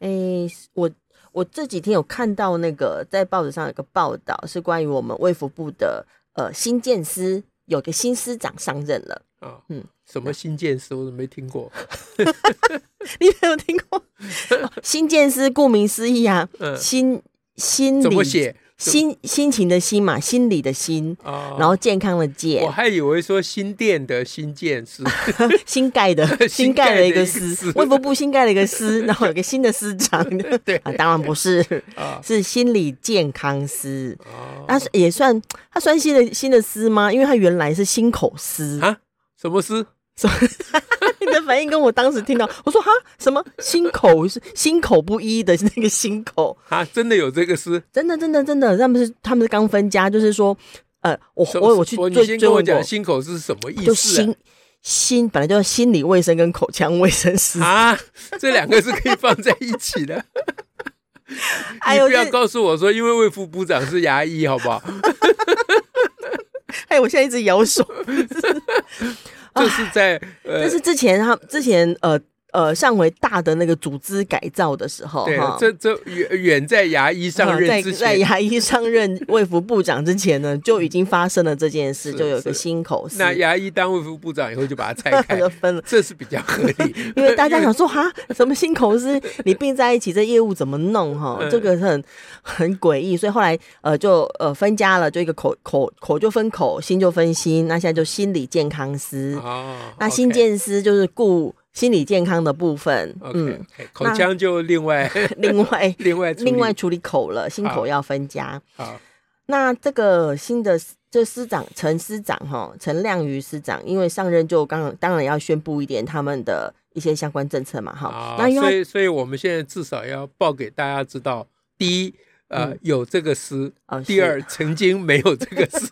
诶、哎我我这几天有看到那个在报纸上有个报道，是关于我们卫福部的呃新建司有个新司长上任了。啊，嗯嗯，什么新建司我怎么没听过？ 你没有听过？哦新建司顾名思义啊，嗯，心心理怎么写？心心情的心嘛，心理的心，啊，然后健康的我健，还以为说新店的新 建司，新盖的新 新盖盖了的一一个个司司，卫福部新盖了一个 司，然后有个新的司长。对啊，当然不是，啊，是心理健康司。哦它是也算，它算新的新的丝吗？因为它原来是新口丝。啊什么司？ 你的反应跟我当时听到，我说哈什么心口是心口不一的那个心口，啊，真的有这个司？真的真的真的，他们是他们是刚分家，就是说，呃，我什哦我我去你追先追跟我问过讲，新口是什么意就思啊心心本来就是心理卫生跟口腔卫生师啊？。啊，这两个是可以放在一起的。哎你呦，不要这告诉我说，因为卫副部长是牙医，好不 好？哎，我现在一直摇 手。这是在但呃，是之前他之前呃呃上回大的那个组织改造的时候，对哦哈，，哦这这远远在牙医上在任之在前，牙医上任卫福部长之前呢，就已经发生了这件事，是就有一个是新口司，那牙医当卫副部长以后就把它拆开 就，分了。这是比较合 理。因为大家想说哈，什么新口司，你并在一起，这业务怎么弄 哈？嗯这个是很很诡异，所以后来呃就呃分家了，就一个口口口就分口，心就分心，那现在就心理健康司，哦，那新 OK 健司就是顾心理健康的部分， OK，哎嗯，口那腔就另外 另 外另外处另外理处理口了，新口好要分家，好那这个新的司这司长陈司长哈，陈亮瑜司长，因为上任就刚当然要宣布一点他们的一些相关政策嘛哈。啊，那因所为以所以我们现在至少要报给大家知道，第一。呃嗯，有这个司，他呃第是二曾经没有这个 司，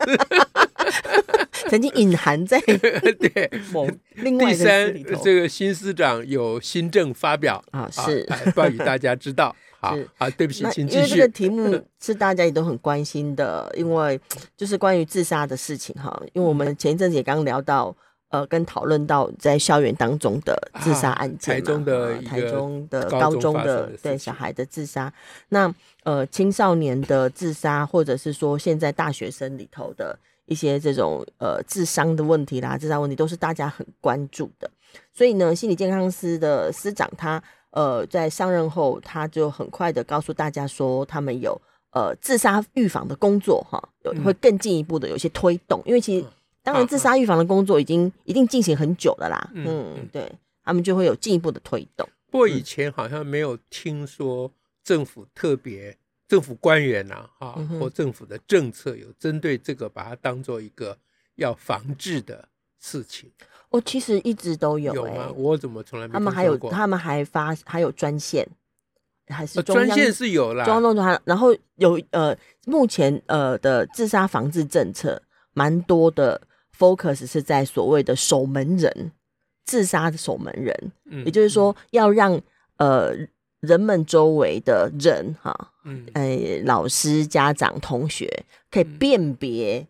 曾经隐含在 对， 某另外第的司三呃里头，这个新司长有新政发表啊啊是，来报与大家 知道。好是，好，对不起那，请因继为这个嗯续。题 目是大家也都很关心的，因为就是关于自杀的事情哈，因为嗯我们前一阵子也刚聊到。呃，跟讨论到在校园当中的自杀案件嘛、啊台中的啊一个台中的高高中中发生的的事对情小孩的自杀，那呃青少年的自杀，或者是说现在大学生里头的一些这种呃智商的问题啦，自杀问题都是大家很关注的。所以呢，心理健康司的司长他呃在上任后，他就很快的告诉大家说，他们有呃自杀预防的工作哈，有嗯会更进一步的有一些推动，因为其实嗯当然嗯自杀预防的工作已经一定进行很久了啦，嗯嗯嗯，对他们就会有进一步的推动，不过以前好像没有听说政府特别政府官员呐啊嗯哼或政府的政策有针对这个把它当做一个要防治的事情，哦，其实一直都有有哎、吗？我怎么从来没他们还听有说过？他们还发还有专线，还是呃中央专线是有啦，中央动作还，然后有呃，目前呃的自杀防治政策蛮多的 focus 是在所谓的守门人，自杀的守门人，嗯也就是，说要让呃人们周围的人哈，嗯，嗯呃，老师、家长、同学可以嗯辨别，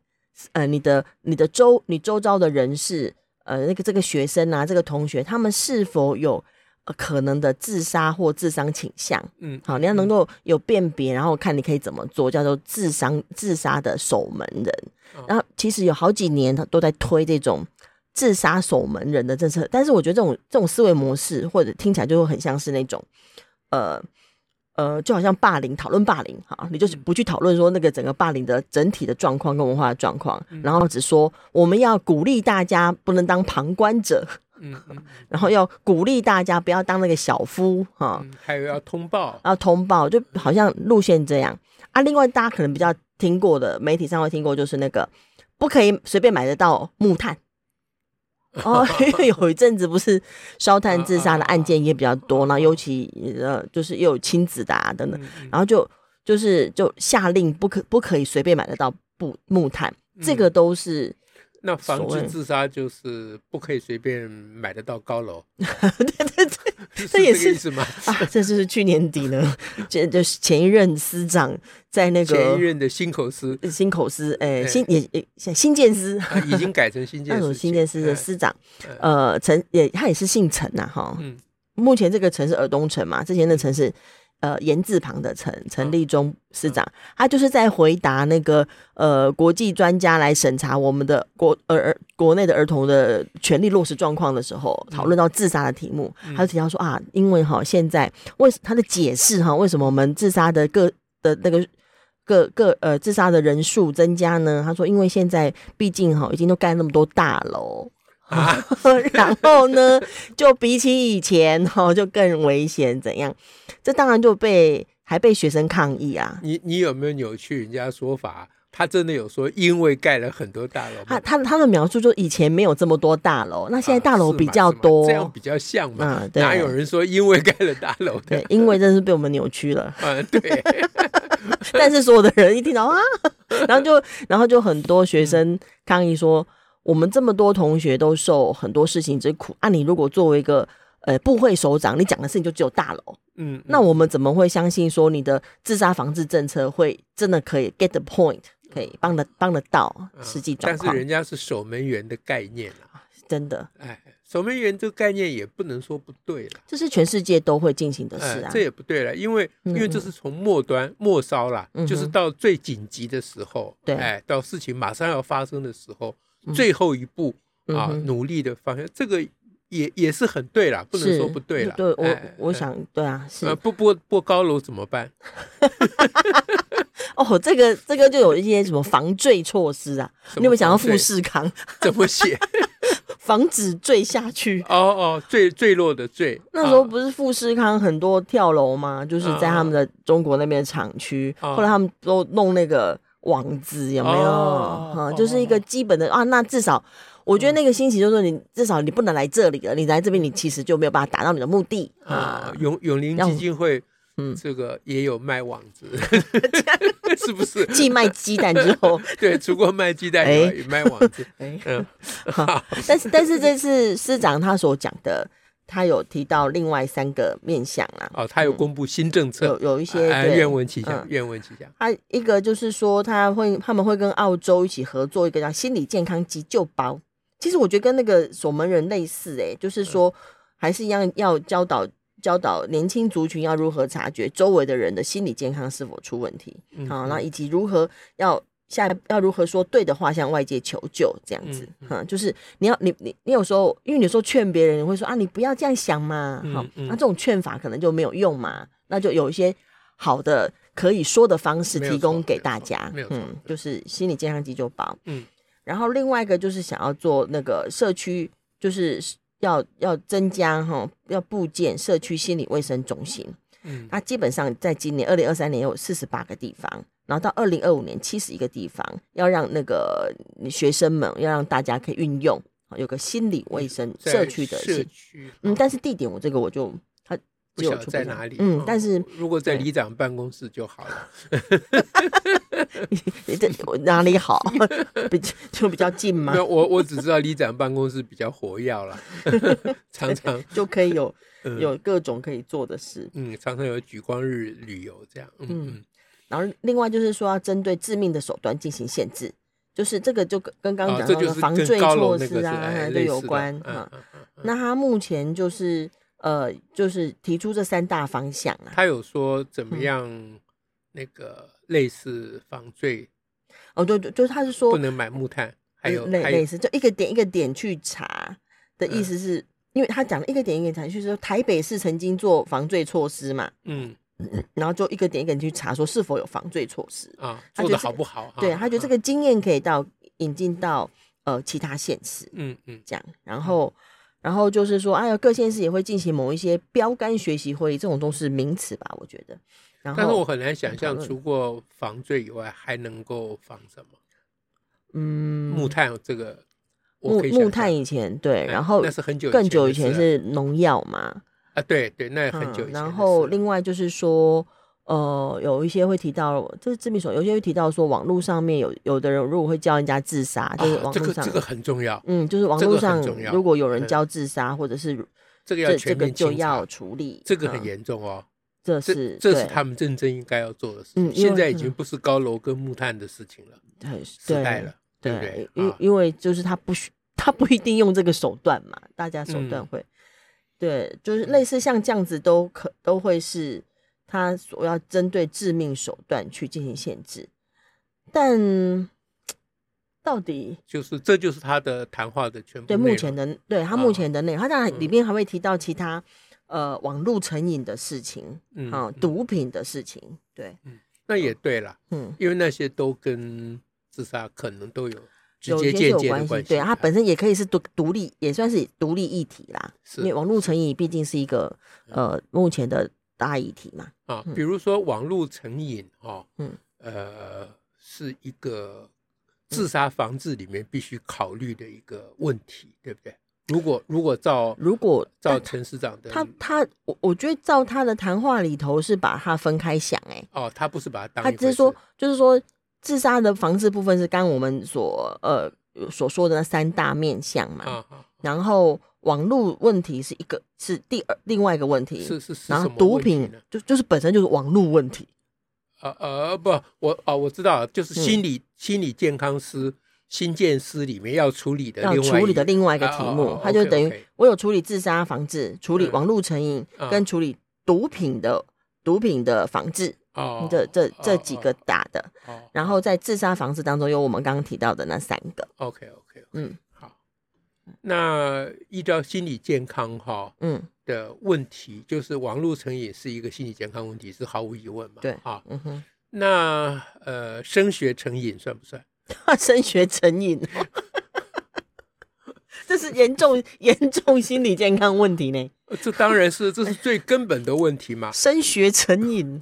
呃，你的、你的周、你周遭的人士，呃，那个这个学生啊，这个同学，他们是否有、呃、可能的自杀或自伤倾向？嗯，好，你要能够有辨别，然后看你可以怎么做，叫做自伤自杀的守门人。哦然后其实有好几年他都在推这种自杀守门人的政策，但是我觉得这种这种思维模式，或者听起来就会很像是那种，呃呃，就好像霸凌，讨论霸凌，哈，你就是嗯不去讨论说那个整个霸凌的整体的状况跟文化的状况，嗯然后只说我们要鼓励大家不能当旁观者，嗯嗯然后要鼓励大家不要当那个小夫，哈、嗯，还有要通报，然后通报，就好像路线这样啊。另外，大家可能比较听 过的，媒体上会听过，就是那个不可以随便买得到木炭，哦， 因为有一阵子不是烧炭自啊杀的案件也比较多，然后尤其呃，就是又有亲子的啊等等，嗯然后就就是就下令不可不可以随便买得到布木炭，嗯这个都是那防所谓治自杀就是不可以随便买得到高楼， 对对对 是这也这个是意思吗？ 啊，这就是去年底呢， 这就是前一任司长在那前一个任的新口司新口司，哎、哎新也也新建司。啊已经改成新 那建种司，嗯新建司的哎司长，哎呃，陈也他也是姓陈呐，哈，嗯目前这个城是尔东城嘛，之前的城是呃言字旁的城，嗯陈立忠市长，他就是在回答那个呃国际专家来审查我们的国呃儿国内的儿童的权利落实状况的时候，讨论到自杀的题目，嗯他就提到说啊，因为哈现在为他的解释哈，为什么我们自杀的各的那个。各各呃自杀的人数增加呢？他说，因为现在毕竟哈已经都盖那么多大楼，啊， 然后呢，就比起以前哦，就更危险，怎样？这当然就被还被学生抗议啊。你你有没有扭曲人家说法？他真的有说，因为盖了很多大楼吗，他他他的描述就以前没有这么多大楼，那现在啊大楼是比嘛较是嘛多这，样比较像嘛。嗯对哪有人说因为盖了大楼的对？，因为真是被我们扭曲了。 啊， 对，但是所有的人一听到啊，然后就然后就很多学生抗议说，我们这么多同学都受很多事情之苦，啊，你如果作为一个呃部会首长，你讲的事情就只有大楼，嗯，那我们怎么会相信说你的自杀防治政策会真的可以 get the point，可以帮得帮得到嗯实际状但况是？人家是守门员的概念啊，真的，哎，守门员这个概念也不能说不对了，这是全世界都会进行的哎事啊这。也不对了，因为嗯因为这是从末端末梢啦，嗯哼就是到最紧急的时候，对哎，到事情马上要发生的时候，嗯最后一步嗯，啊哼努力的方向，这个也也是很对了，不能是说不对了，对我哎我。哎想对啊，是呃，不不不高楼怎么办？哦，这个这个就有一些什么防坠措施啊，什你有没有么想到防坠富士康 怎么写？防止坠下去？哦哦，坠坠落的坠。 那时候啊不是富士康很多跳楼吗？就是在他嗯们的中国那边的厂区，啊后来他们都弄那个网子，有没有？哦嗯哈、就是一个基本的啊。那至少我觉得那个心情就是说，你至少你不能来这里了，你来这边你其实就没有办法达到你的目的啊啊，。永永林基金会，嗯这个也有卖网 子， 是不是？既卖鸡蛋之 后，对，除过卖鸡蛋以外，哎也卖网子。哎， 嗯，但是但是这次市长他所讲的，他有提到另外三个面向啦，哦，他有公布新政策嗯有，有一些哎，对愿闻其详嗯，愿闻其详。他一个就是说，他会他们会跟澳洲一起合作一个叫心理健康急救包。其实我觉得跟那个守门人类似、欸，就是说还是一样要教导教导年轻族群要如何察觉周围的人的心理健康是否出问题，嗯好、嗯那以及如何要下要如何说对的话向外界求救，这样子，嗯哈、就是你要你你你有时候因为你有时候劝别人，你会说啊，你不要这样想嘛，嗯好、嗯那这种劝法可能就没有用嘛，那就有一些好的可以说的方式没有错提供给大家没有，错没有嗯错，就是心理健康急救包，嗯，然后另外一个就是想要做那个社区，就是要要增加哈，要部建社区心理卫生中心，嗯那基本上在今年二零二三年有四十八个地方，然后到二零二五年七十一个地方，要让那个学生们，要让大家可以运用，哦有个心理卫生在社区的社心，区，嗯，但是地点我这个我就他哦不只有晓得在哪里。嗯哦，但 是如果在对啊里长办公室就好 了。这我哪里好， 比就比较近嘛没，有，我我只知道里长办公室比较活跃了， 常常就可以有 嗯有各种可以做的事。嗯，常常有举光日旅游这样。嗯嗯。然后另外就是说要针对致命的手段进行限制，就是这个就跟跟刚刚啊讲这到就的是防跟坠高楼措那个施是啊哎哎都类有似的关嗯哈。嗯嗯那他目前就是呃，就是提出这三大方向啊。他有说怎么嗯样那个类似防罪，哦，对对，就是他是不说能买木炭，还有嗯类还类有似，就一个点一个点去查的意嗯思是，因为他讲了一个点一个点查，就是说台北市曾经做防罪措施嘛，嗯然后就一个点一个点去查说是否有防罪措施。啊，他做觉得的这好个不好啊？对，他觉得这个个经验可以到引进到呃其他县市。嗯嗯这样，然后，然后就是说，哎呀，各县市也会进行某一些标杆学习会议，这种都是名词吧，我觉得。然但是我后，很难想讨象，论除过防罪以外，还能够防什么？嗯，木炭这个我木可以想象木炭以前对，哎然后那是很久更久以以前前的事是农药嘛，嗯啊，啊对对，那很久以前的事。啊然后另外就是说，呃，有一些会提到，这是致命所，有一些会提到说，网络上面有有的人如果会教人家自杀，就是啊网这络个上，这个很重要，嗯，就是网这个络很上重要如果有人嗯教自杀，或者是这个要这全这个面就清查要，处理，这个很嗯，严重哦。这这是这对是他们认真应该要做的事嗯因情。为现在已嗯经不是高楼跟木炭的事情了，很时对代了，对不对对，？因啊因为就是他不需，他不一定用这个手段嘛，大家手段嗯会，对，就是类似像这样子都可都会是他所要针对致命手段去进行限制，但到底就是这就是他的谈话的全部对内目容前的对他啊目前的内容，他当然里嗯面还会提到其他呃网络成瘾的事情，嗯啊，嗯毒品的事情，对，那也对了，嗯。因为那些都跟自杀可能都有直有接一些间有接关的系，关系。对啊，它本身也可以是独独立，也算是独立议题啦。因为是网络成瘾毕竟是一个呃目前的大议题嘛。啊嗯，比如说网络成瘾哦，嗯呃，是一个自杀防治里面必须考虑的一个问题，对不对？如果如果照如果照但陈市长的他他我我觉得照他的谈话里头是把它分开想、欸，哦，他不是把它当他一只回是说事就是说自杀的防治部分是刚刚我们所呃所说的那三大面向嘛，啊啊，然后网络问题是一个是第二另外一个问题，是是是然后什么毒问题品呢就就是本身就是网络问题，呃呃不，我哦我知道了，就嗯是心理、心理健康师、心健师里面要处理的要另外处理的一另外一个题啊目哦，它就 OK，等于 OK 我有处理自杀防治、处理嗯网络成瘾啊跟处理毒品的毒品的防治，哦这这哦这几个哦大的。哦然后在自杀防治当中，有我们刚刚提到的那三个， OK OK，嗯好。那依照心理健康哈嗯的问题，就是网络成瘾是一个心理健康问题，是毫无疑问嘛？对啊，嗯哼， 那呃，升学成瘾算不算？升学成瘾哦， 这是严重严重心理健康问题呢，呃这当然是，这 是最根本的问题嘛。升学成瘾，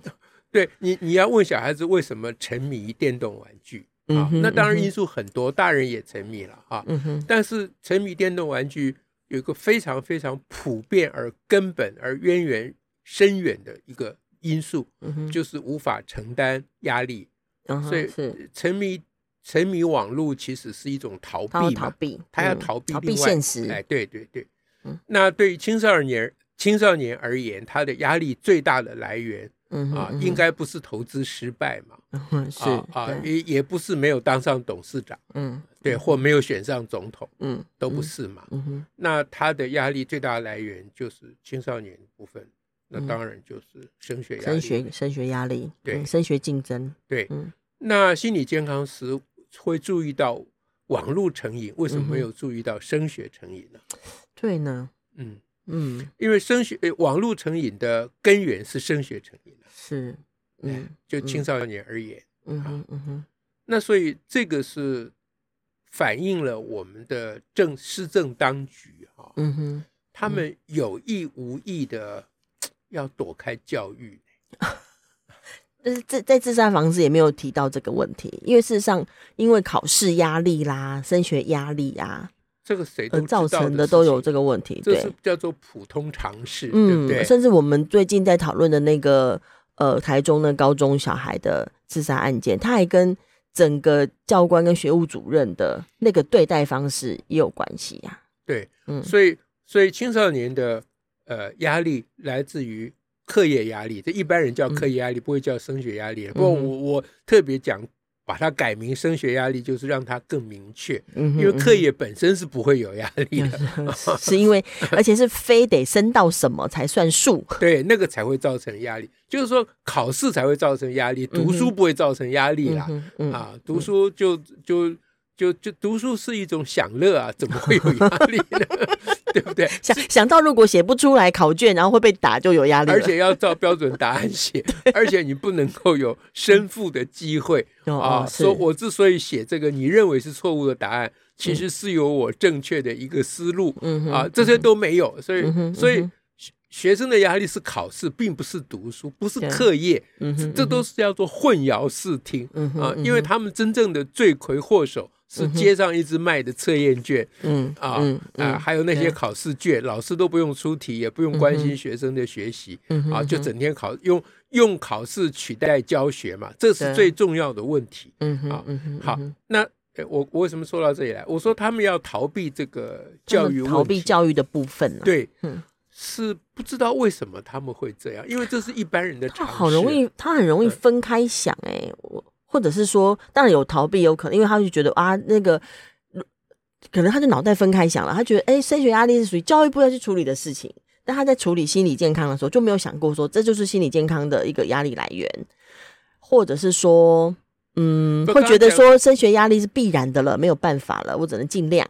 对你，你要问小孩子为什么沉迷电动玩具嗯啊？哼那当然嗯哼因素很多，大人也沉迷了啊。嗯哼，但是沉迷电动玩具有一个非常非常普遍而根本而渊源深远的一个因素，嗯哼，嗯就是无法承担压力，然后所以是沉迷沉迷网络其实是一种逃他要避逃嘛，避，他要嗯逃避逃避另外现实，哎，对对对嗯。那对于青少年青少年而言，他的压力最大的来源嗯哼啊，嗯应哼该不是投资失败嘛，嗯 是啊啊，对也也不是没有当上董事长，嗯对，或没有选上总统，嗯都不是嘛。嗯哼那他的压力最大的来源就是青少年部分，那嗯当然就是升学压力。升学升学压力，对嗯升学竞争，对，嗯那心理健康时会注意到网络成瘾，为什嗯么哼没有注意到升学成瘾呢？对呢，嗯，嗯因为升学、呃网络成瘾的根源是升学成瘾、啊、是，嗯就青少年而言，嗯啊哼嗯哼那所以这个是反映了我们的政市政当局哈、嗯哼，他们有意无意的要躲开教育。但是自在自杀防治也没有提到这个问题，因为事实上因为考试压力啦、升学压力啊，这个谁都而知道造成的的事都有情这个问题，这是对，叫做普通常识，对不嗯，对？甚至我们最近在讨论的那个呃台中的高中小孩的自杀案件，他还跟整个教官跟学务主任的那个对待方式也有关系呀、对，嗯所以所以青少年的呃压力来自于课业压力，这一般人叫课业压力，不会叫升学压力。不过嗯嗯哼我我特别讲把它改名升学压力，就是让它更明确，嗯哼，因为课业本身是不会有压力的，嗯哼是因为，而且是非得升到什么才算数。对，那个才会造成压力，就是说考试才会造成压力，嗯读书哼不会造成压力啦。哼嗯啊，读书就就就就读书是一种享乐啊，怎么会有压力呢？ 对不对？想想到如果写不出来考卷，然后会被打，就有压力了。啊而且要照标准答案 写，而且你不能够有申复的机会哦啊。哦是嗯说我之所以写这个你认为是错误的答案，其实是有我正确的一个思路啊嗯哼啊，这些都没有，所以嗯哼所以嗯学生的压力是考试，并不是读书，不是对课业，嗯这哼，这都是叫做混淆视听嗯哼啊、嗯因为哼他们真正的罪魁祸首是嗯哼街上一直卖的测验卷嗯啊啊、嗯嗯还有那些对考试卷，老师都不用出题，也不用关嗯心学生的学习、嗯哼啊，就嗯哼整天考用用考试取代教学嘛，这对是最重要的问题。嗯哼啊嗯哼好嗯哼那呃我我为什么说到这里来？我说他们要逃避这个他教们育问题，嗯逃避教育的部分啊，对，嗯是不知道为什么他们会这样，因为这是一般人的常他识。啊好容易，他很容易对分开想哎、我或者是说，当然有逃避有可能，因为他就觉得啊，那个可能他就脑袋分开想了，他觉得哎，升、学压力是属于教育部要去处理的事情，但他在处理心理健康的时候就没有想过说这就是心理健康的一个压力来源，或者是说。嗯，不会刚觉得刚说升学压力是必然的了，没有办法了，我只能尽量。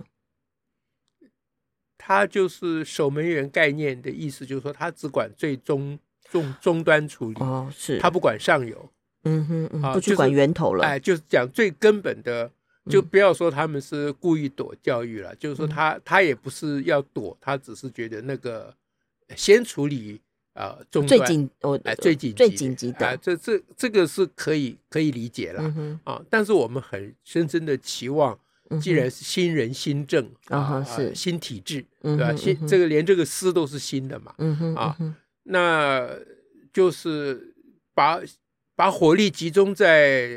他就是守门员概念的意思，就是说他只管最终终终端处理，哦，是，他不管上游。嗯哼嗯，啊不去就是管源头了，嗯哎，就是讲最根本的，就不要说他们是故意躲教育了，就是说他他也不是要躲，他只是觉得那个先处理啊终最端紧我哎最紧最急紧急哎的，这这这个是可以可以理解啦。嗯哼，啊，但是我们很深深的期望，嗯既哼然是新人新政啊哈啊是新体制，嗯对吧？哼嗯新哼这个连这个诗都是新的嘛，嗯哼啊嗯哼那就是把把火力集中在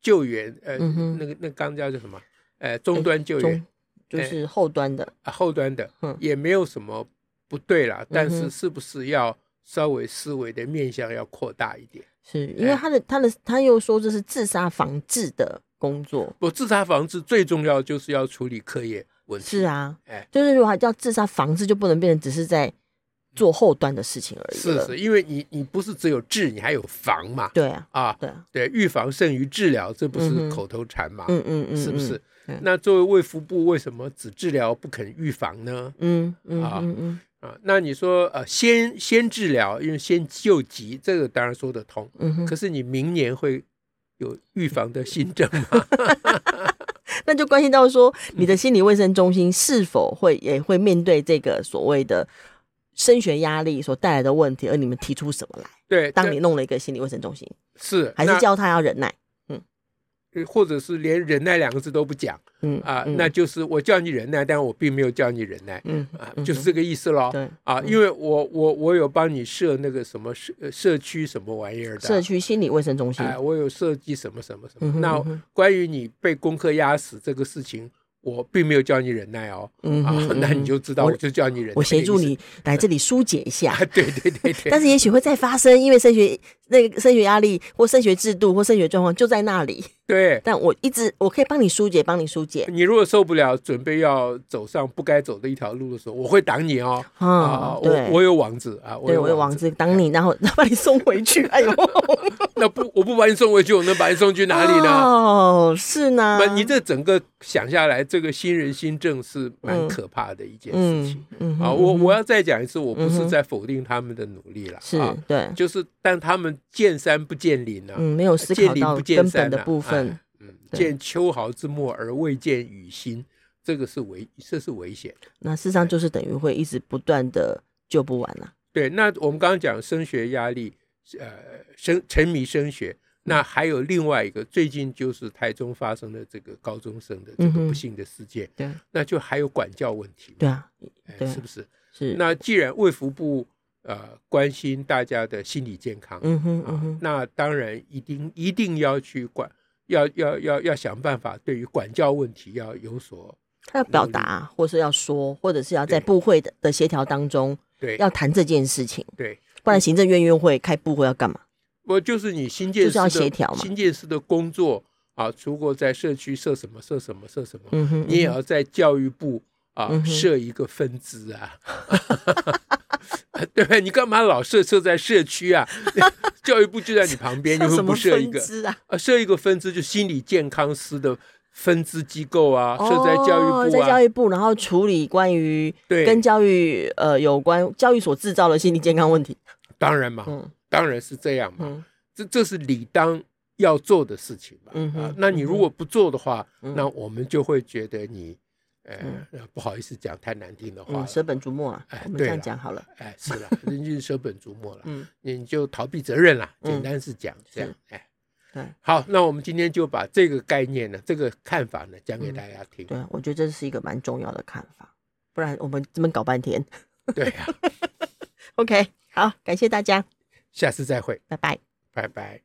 救援，呃，嗯哼哎那个那刚叫叫什么？呃，终端救援中、就哎是后端的，啊后端的嗯也没有什么不对啦，但嗯哼是是不是要稍微思维的面向要扩大一点？是因为哎他的他的他又说这是自杀防治的工作，不，自杀防治最重要就是要处理课业问题。是啊哎，嗯就是如果叫自杀防治，就不能变成只是在做后端的事情而已是了是，因为你你不是只有治，你还有防嘛，对啊，啊，对啊，对，预防胜于治疗，这不嗯哼是口头禅嘛，嗯嗯嗯，啊是不是？嗯那作为卫福部，为什么只治疗不肯预防呢？嗯？嗯啊嗯嗯啊，那你说呃，先先治疗，因为先救急，这个当然说得通。嗯哼，可是你明年会有预防的新政 吗？那就关系到说嗯你的心理卫生中心是否会也会面对这个所谓的。升学压力所带来的问题，而你们提出什么来？对，当那你弄了一个心理卫生中心，是还是那叫他要忍耐？呃或者是连忍耐两个字都不讲嗯啊，嗯那就是我叫你忍耐，但我并没有叫你忍耐嗯啊，嗯就是哼这个意思喽。对嗯啊，因为我我我有帮你设那个什么社呃社区什么玩意儿的啊社区心理卫生中心。哎，我有设计什么什么什么。嗯哼嗯那哼关于你被功课压死这个事情，我并没有叫你忍耐哦，嗯啊哼，嗯 那哼你就知道，我我就叫你忍耐。我协助你来这里疏解一下 啊，， 对对对对。但是也许会再发生，因为升学那个升学压力或升学制度或升学状况就在那里。对 但我一直我可以帮你疏解，帮你疏解。你如果受不了，准备要走上不该走的一条路的时候，我会挡你哦。啊 啊，，对我，我有网址啊，对我有网址址。挡你，然后把你送回去。哎呦， 那不，我不把你送回去，我能把你送去 哪 里呢？哦，是呢不，，你这整个想下来，这个新人新政是蛮可怕的一件事情嗯嗯啊！哼我嗯我要再讲一次，我不嗯是哼在否定他们的努力了，是啊，对，就是，但他们见山不见林啊，嗯，没有思考见林到不见根山、啊、本的部分哎。嗯，对见秋毫之末而未见雨心，这个是危，这是危险的。那事实上就是等于会一直不断的救不完啊了。对，那我们刚刚讲升学压力，呃，升沉迷升学，嗯那还有另外一个，最近就是台中发生的这个高中生的这嗯个哼不幸的事件，对那就还有管教问题嘛，对啊，哎对是不是？是，那既然卫福部呃关心大家的心理健康，嗯哼嗯啊哼，，那当然一定一定要去管，要要要要想办法，对于管教问题要有所他要表努力达，或是要说，或者是要在对部会的的协调当中对要谈这件事情，对。不然行政院院会开部会要干嘛？我就是你新就建是司的要协调嘛新建司的工作啊，如果在社区设什么设什么设什么，嗯哼，你也嗯哼要在教育部啊、嗯哼设一个分支啊。 对吧？你干嘛老设设在社区啊？ 教育部就在你旁 边，哎像你会什不么设一分个？支啊？啊，设一个分支就心理健康师的分支机构啊，设在教哦育部在啊教，育部，然后处理关于对，跟教育呃有关教育所制造的心理健康问题。当然嘛，嗯当然是这样嘛，嗯这这是理当要做的事情嘛。嗯哼啊，那你嗯哼如果不做的话，嗯那我们就会觉得你呃，不好意思讲太难听的话嗯，了，舍本逐末啊哎，我们这对样了讲好了。哎，是了， 人就是舍本逐末了，嗯，你就逃避责任了，嗯简单是讲这样是，哎，对好，那我们今天就把这个概念呢，这个看法呢，讲给嗯大家听。对啊，我觉得这是一个蛮重要的看法，不然我们这边搞半天。 对啊呀， OK，好，感谢大家，下次再会，拜拜。拜拜。